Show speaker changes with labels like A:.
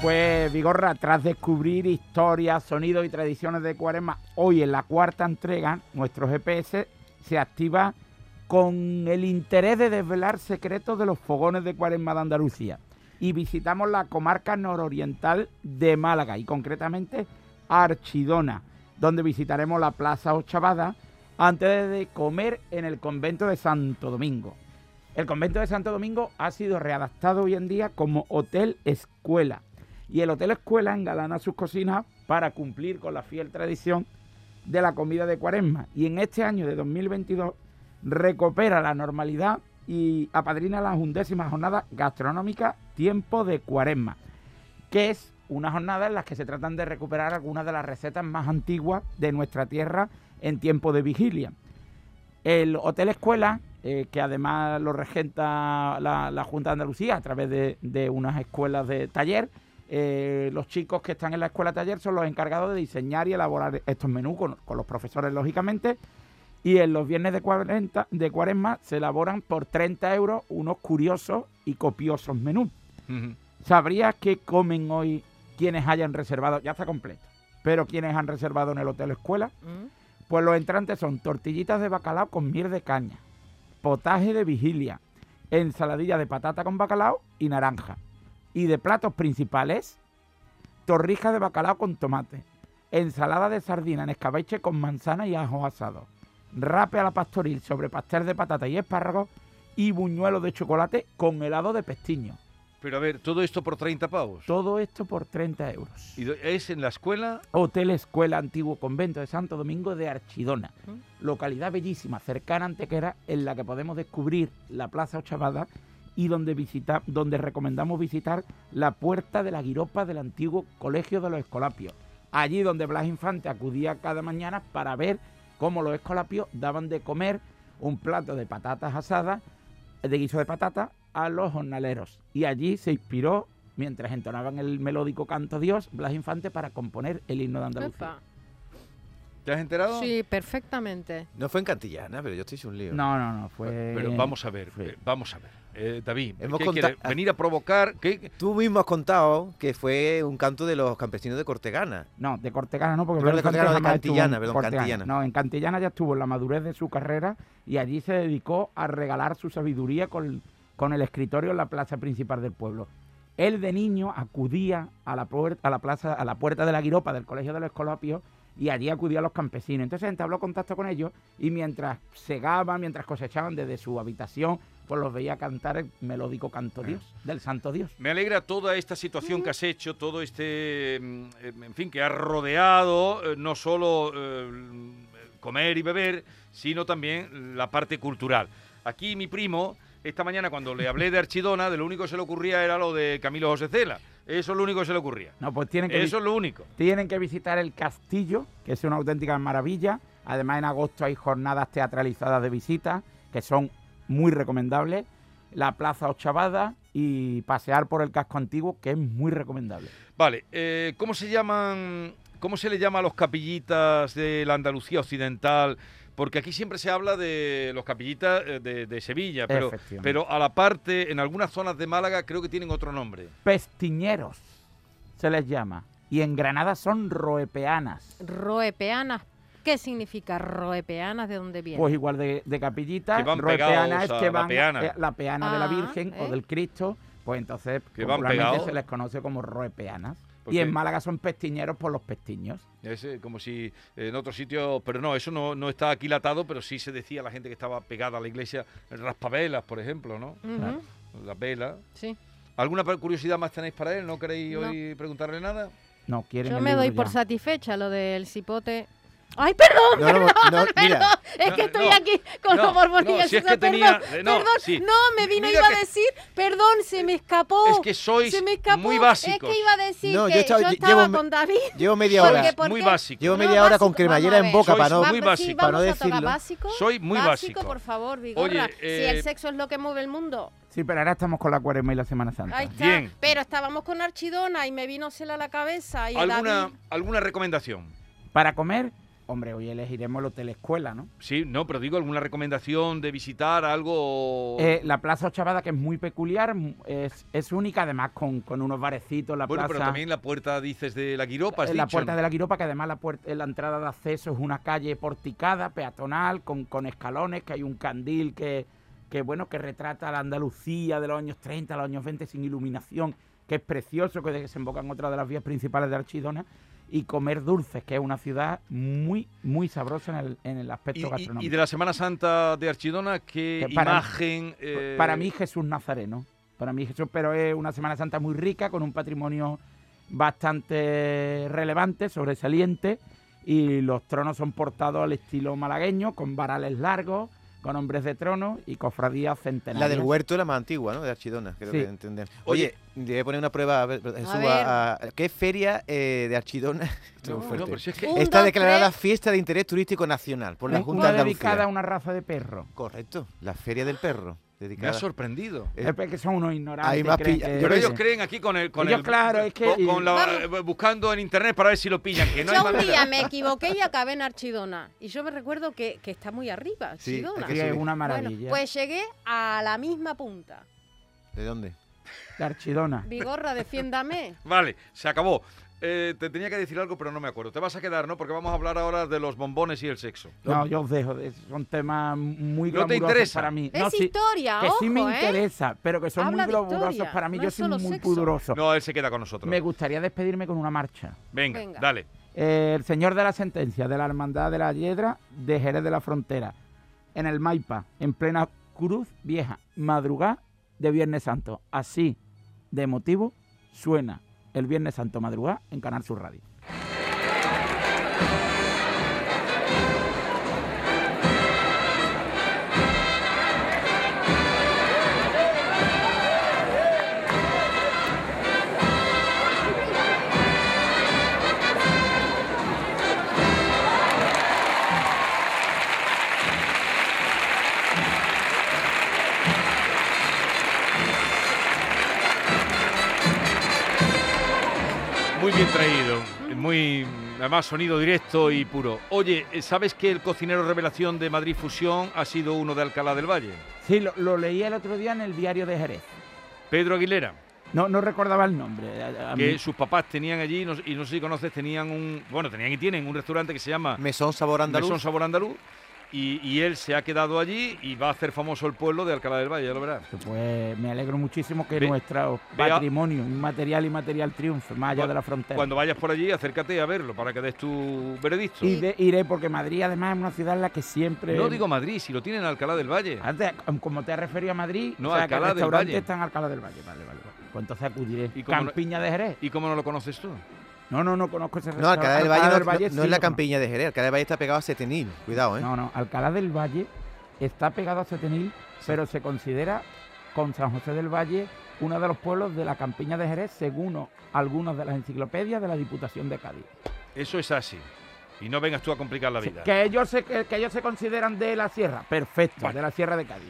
A: Pues Vigorra, tras descubrir historias, sonidos y tradiciones de Cuaresma, hoy en la cuarta entrega, nuestro GPS se activa con el interés de desvelar secretos de los fogones de Cuaresma de Andalucía. Y visitamos la comarca nororiental de Málaga y concretamente Archidona, donde visitaremos la Plaza Ochavada antes de comer en el convento de Santo Domingo. El convento de Santo Domingo ha sido readaptado hoy en día como hotel escuela y el hotel escuela engalana sus cocinas para cumplir con la fiel tradición de la comida de cuaresma y en este año de 2022 recupera la normalidad y apadrina las undécimas jornadas gastronómicas Tiempo de Cuaresma, que es una jornada en las que se tratan de recuperar algunas de las recetas más antiguas de nuestra tierra en tiempo de vigilia. El Hotel Escuela, eh, que además lo regenta la, la, Junta de Andalucía a través de, de unas escuelas de taller, eh, los chicos que están en la escuela taller son los encargados de diseñar y elaborar estos menús con, con los profesores, lógicamente. Y en los viernes de, 40, de cuaresma se elaboran por 30 euros unos curiosos y copiosos menús. Uh -huh. ¿Sabrías qué comen hoy quienes hayan reservado? Ya está completo. Pero quienes han reservado en el hotel escuela, uh -huh. pues los entrantes son tortillitas de bacalao con miel de caña, potaje de vigilia, ensaladilla de patata con bacalao y naranja. Y de platos principales, torrija de bacalao con tomate, ensalada de sardina en escabeche con manzana y ajo asado rape a la pastoril sobre pastel de patata y espárragos y buñuelos de chocolate con helado de pestiño.
B: Pero a ver, ¿todo esto por 30 pavos?
A: Todo esto por 30 euros.
B: ¿Y es en la escuela?
A: Hotel Escuela Antiguo Convento de Santo Domingo de Archidona. ¿Mm? Localidad bellísima, cercana a Antequera, en la que podemos descubrir la Plaza Ochavada y donde, visita, donde recomendamos visitar la puerta de la guiropa del antiguo Colegio de los Escolapios. Allí donde Blas Infante acudía cada mañana para ver como los escolapios daban de comer un plato de patatas asadas, de guiso de patata, a los jornaleros. Y allí se inspiró, mientras entonaban el melódico canto Dios, Blas Infante para componer el himno de Andalucía. Epa.
B: ¿Te has enterado?
C: Sí, perfectamente.
D: No fue en Cantillana, pero yo estoy un lío.
A: No, no, no, fue...
B: Pero vamos a ver, fue. vamos a ver. Eh, David, Hemos ¿qué quiere? venir a provocar. ¿Qué?
D: Tú mismo has contado que fue un canto de los campesinos de Cortegana.
A: No, de Cortegana no, porque
D: pero de Cortegana, de Cantillana, perdón, Cortegana. Cantillana.
A: No, en Cantillana ya estuvo en la madurez de su carrera y allí se dedicó a regalar su sabiduría con, con el escritorio en la plaza principal del pueblo. Él de niño acudía a la, puerta, a la plaza, a la puerta de la guiropa del colegio de los escolapios y allí acudía a los campesinos. Entonces entabló contacto con ellos y mientras segaban, mientras cosechaban desde su habitación, pues los veía cantar el melódico canto Dios, ah. del Santo Dios.
B: Me alegra toda esta situación que has hecho, todo este, en fin, que has rodeado eh, no solo eh, comer y beber, sino también la parte cultural. Aquí mi primo, esta mañana cuando le hablé de Archidona, de lo único que se le ocurría era lo de Camilo José Cela. Eso es lo único que se le ocurría.
A: No, pues tienen que
B: Eso es lo único.
A: Tienen que visitar el castillo, que es una auténtica maravilla. Además, en agosto hay jornadas teatralizadas de visitas, que son muy recomendables. La Plaza Ochavada y pasear por el casco antiguo, que es muy recomendable.
B: Vale, eh, ¿cómo se llaman, cómo se le llama a los capillitas de la Andalucía Occidental? Porque aquí siempre se habla de los capillitas eh, de, de Sevilla, pero, pero a la parte, en algunas zonas de Málaga creo que tienen otro nombre.
A: Pestiñeros se les llama. Y en Granada son roepeanas.
C: Roepeanas, ¿Qué significa roepeanas? ¿De dónde viene?
A: Pues igual de, de capillita.
B: Que van pegados,
A: es que van,
B: la peana,
A: eh, la peana ah, de la Virgen eh. o del Cristo. Pues entonces
B: que van pegados.
A: se les conoce como roepeanas. Porque y en Málaga son pestiñeros por los pestiños.
B: Es eh, como si en otros sitios, pero no, eso no, no está aquilatado, pero sí se decía a la gente que estaba pegada a la iglesia, raspavelas, por ejemplo, ¿no? Uh -huh. La vela.
C: Sí.
B: ¿Alguna curiosidad más tenéis para él? ¿No queréis no. hoy preguntarle nada?
A: No, quieren
C: Yo
A: el
C: me
A: libro
C: doy
A: ya.
C: por satisfecha lo del cipote. Ay, perdón, no, perdón, no, perdón. Mira, es que estoy no, aquí con los borbones.
B: Si es que tenía, eh,
C: perdón, no, sí. no, me vino, mira iba que, a decir, perdón, se me escapó.
B: Es que sois
C: Oh, se me escapó,
B: muy básicos.
C: Es que iba a decir que yo estaba, yo estaba llevo, con David.
D: Llevo media hora.
B: Porque, porque, muy básico.
D: Llevo media hora con cremallera en boca
B: sois
D: para no,
B: muy básico. Sí,
D: para no decirlo.
C: Básico,
B: Soy muy básico.
C: básico. por favor, Vigorra. Oye, eh, si el sexo es lo que mueve el mundo.
A: Sí, pero ahora estamos con la cuaresma y la Semana Santa.
C: Ahí está. Bien. Pero estábamos con Archidona y me vino cela a la cabeza. Y
B: ¿Alguna, ¿Alguna recomendación?
A: Para comer, Hombre, hoy elegiremos el Hotel Escuela, ¿no?
B: Sí, no, pero digo, ¿alguna recomendación de visitar algo?
A: Eh, la Plaza Ochavada, que es muy peculiar, es, es única, además con, con unos barecitos, la
B: bueno,
A: plaza...
B: pero también la puerta, dices, de la Guiropa, has
A: en la
B: dicho,
A: puerta
B: ¿no?
A: de la Quiropa, que además la, puerta, la entrada de acceso es una calle porticada, peatonal, con, con escalones, que hay un candil que, que, bueno, que retrata la Andalucía de los años 30, los años 20, sin iluminación, que es precioso, que desemboca en otra de las vías principales de Archidona, y comer dulces, que es una ciudad muy, muy sabrosa en el, en el
B: Y-
A: aspecto
B: y-
A: gastronómico.
B: Y, de la Semana Santa de Archidona, ¿qué
A: Que para-
B: imagen? eh,
A: Para mí Jesús Nazareno. Para mí Jesús, pero es una Semana Santa muy rica, con un patrimonio bastante relevante, sobresaliente, y los tronos son portados al estilo malagueño, con varales largos, con hombres de trono y cofradías centenarias.
D: La del huerto es la más antigua, ¿no? De Archidona, creo
A: Sí.
D: que entender. Oye, le voy a poner una prueba a ver, Jesús,
C: ver.
D: a- a- ¿qué feria eh, de Archidona? Esto es
B: No,
D: muy fuerte.
B: no, pero si es que-
C: Un,
D: Está
C: dos,
D: declarada
C: tres.
D: fiesta de interés turístico nacional por la
A: Un-
D: Junta
A: una
D: de Andalucía.
A: dedicada a una raza de perro.
D: Correcto, la feria del perro.
B: me ha
D: Dedicada.
B: sorprendido.
D: Eh,
A: Es que son unos ignorantes.
D: hay más
A: creen
D: pilla-
A: que-
D: yo
B: Pero
D: creo
B: ellos creen aquí con el. Con
A: Eh, Ellos,
B: el-
A: claro, es que-
B: con- con la-
C: Vamos.
B: eh, buscando en internet para ver si lo pillan, que no hay
C: yo un
B: manera.
C: día me equivoqué y acabé en Archidona. Y yo me recuerdo que, que está muy arriba,
D: Sí,
C: Archidona.
D: hay
A: Sí, es una
C: Bueno,
A: maravilla.
C: pues llegué a la misma punta.
D: ¿De dónde?
A: La Archidona.
C: Vigorra, defiéndame.
B: Vale, se acabó. Eh, te tenía que decir algo, pero no me acuerdo. Te vas a quedar, ¿no? Porque vamos a hablar ahora de los bombones y el sexo.
A: No, yo os dejo. es- Son temas muy
B: ¿No te
A: glamurosos
B: interesa?
A: para mí.
C: Es
A: No, sí-
C: historia,
A: que
C: ojo,
A: sí me
C: ¿eh?
A: interesa, pero que son
C: Habla de
A: muy glamurosos
C: historia,
A: para mí.
C: no
A: yo
C: es
A: soy
C: solo
A: muy
C: sexo.
A: pudoroso.
B: No, él se queda con nosotros.
A: Me gustaría despedirme con una marcha.
B: Venga,
C: Venga.
B: dale.
A: Eh, el señor de la sentencia de la Hermandad de la Hiedra de Jerez de la Frontera, en el Maipa, en plena Cruz Vieja, madrugada de Viernes Santo. Así de emotivo suena el Viernes Santo madrugada en Canal Sur Radio.
B: Muy bien traído. Muy, además, sonido directo y puro. Oye, ¿sabes que el cocinero revelación de Madrid Fusión ha sido uno de Alcalá del Valle?
A: Sí, lo, lo leí el otro día en el diario de Jerez.
B: Pedro Aguilera,
A: No, no recordaba el nombre. a- a mí-
B: que sus papás tenían allí, no- y no sé si conoces, tenían un. Bueno, tenían y tienen un restaurante que se llama
D: Mesón Sabor Andaluz.
B: Mesón Sabor Andaluz. Y, y él se ha quedado allí y va a hacer famoso el pueblo de Alcalá del Valle, ya lo verás.
A: Pues me alegro muchísimo que
B: Ve-
A: nuestro
B: vea-
A: patrimonio inmaterial y material triunfe más allá
B: Cu-
A: de la frontera.
B: Cuando vayas por allí, acércate a verlo para que des tu veredicto.
A: Y de- iré porque Madrid además es una ciudad en la que siempre...
B: No digo Madrid, si lo tienen en Alcalá del Valle.
A: Antes, como te has referido a Madrid,
B: No,
A: o sea, que
B: Alcalá del
A: el restaurante
B: Valle.
A: está en Alcalá del Valle. Vale, vale, vale. Pues entonces acudiré.
B: ¿Y cómo no-
A: Campiña de Jerez.
B: ¿Y cómo no lo conoces tú?
A: No, no, no conozco ese
D: No,
A: restaurante.
D: Alcalá del Valle no, no-
A: sí
D: no es la
A: lo conozco.
D: campiña de Jerez. Alcalá del Valle está pegado a Setenil. Cuidado, ¿eh?
A: No, no, Alcalá del Valle está pegado a Setenil, pero se considera con San José del Valle uno de los pueblos de la Campiña de Jerez, según algunas de las enciclopedias de la Diputación de Cádiz.
B: Eso es así. Y no vengas tú a complicar la
A: Sí,
B: vida.
A: que, ellos se, que, que ellos se consideran de la sierra, perfecto,
B: Vale.
A: de la sierra de Cádiz.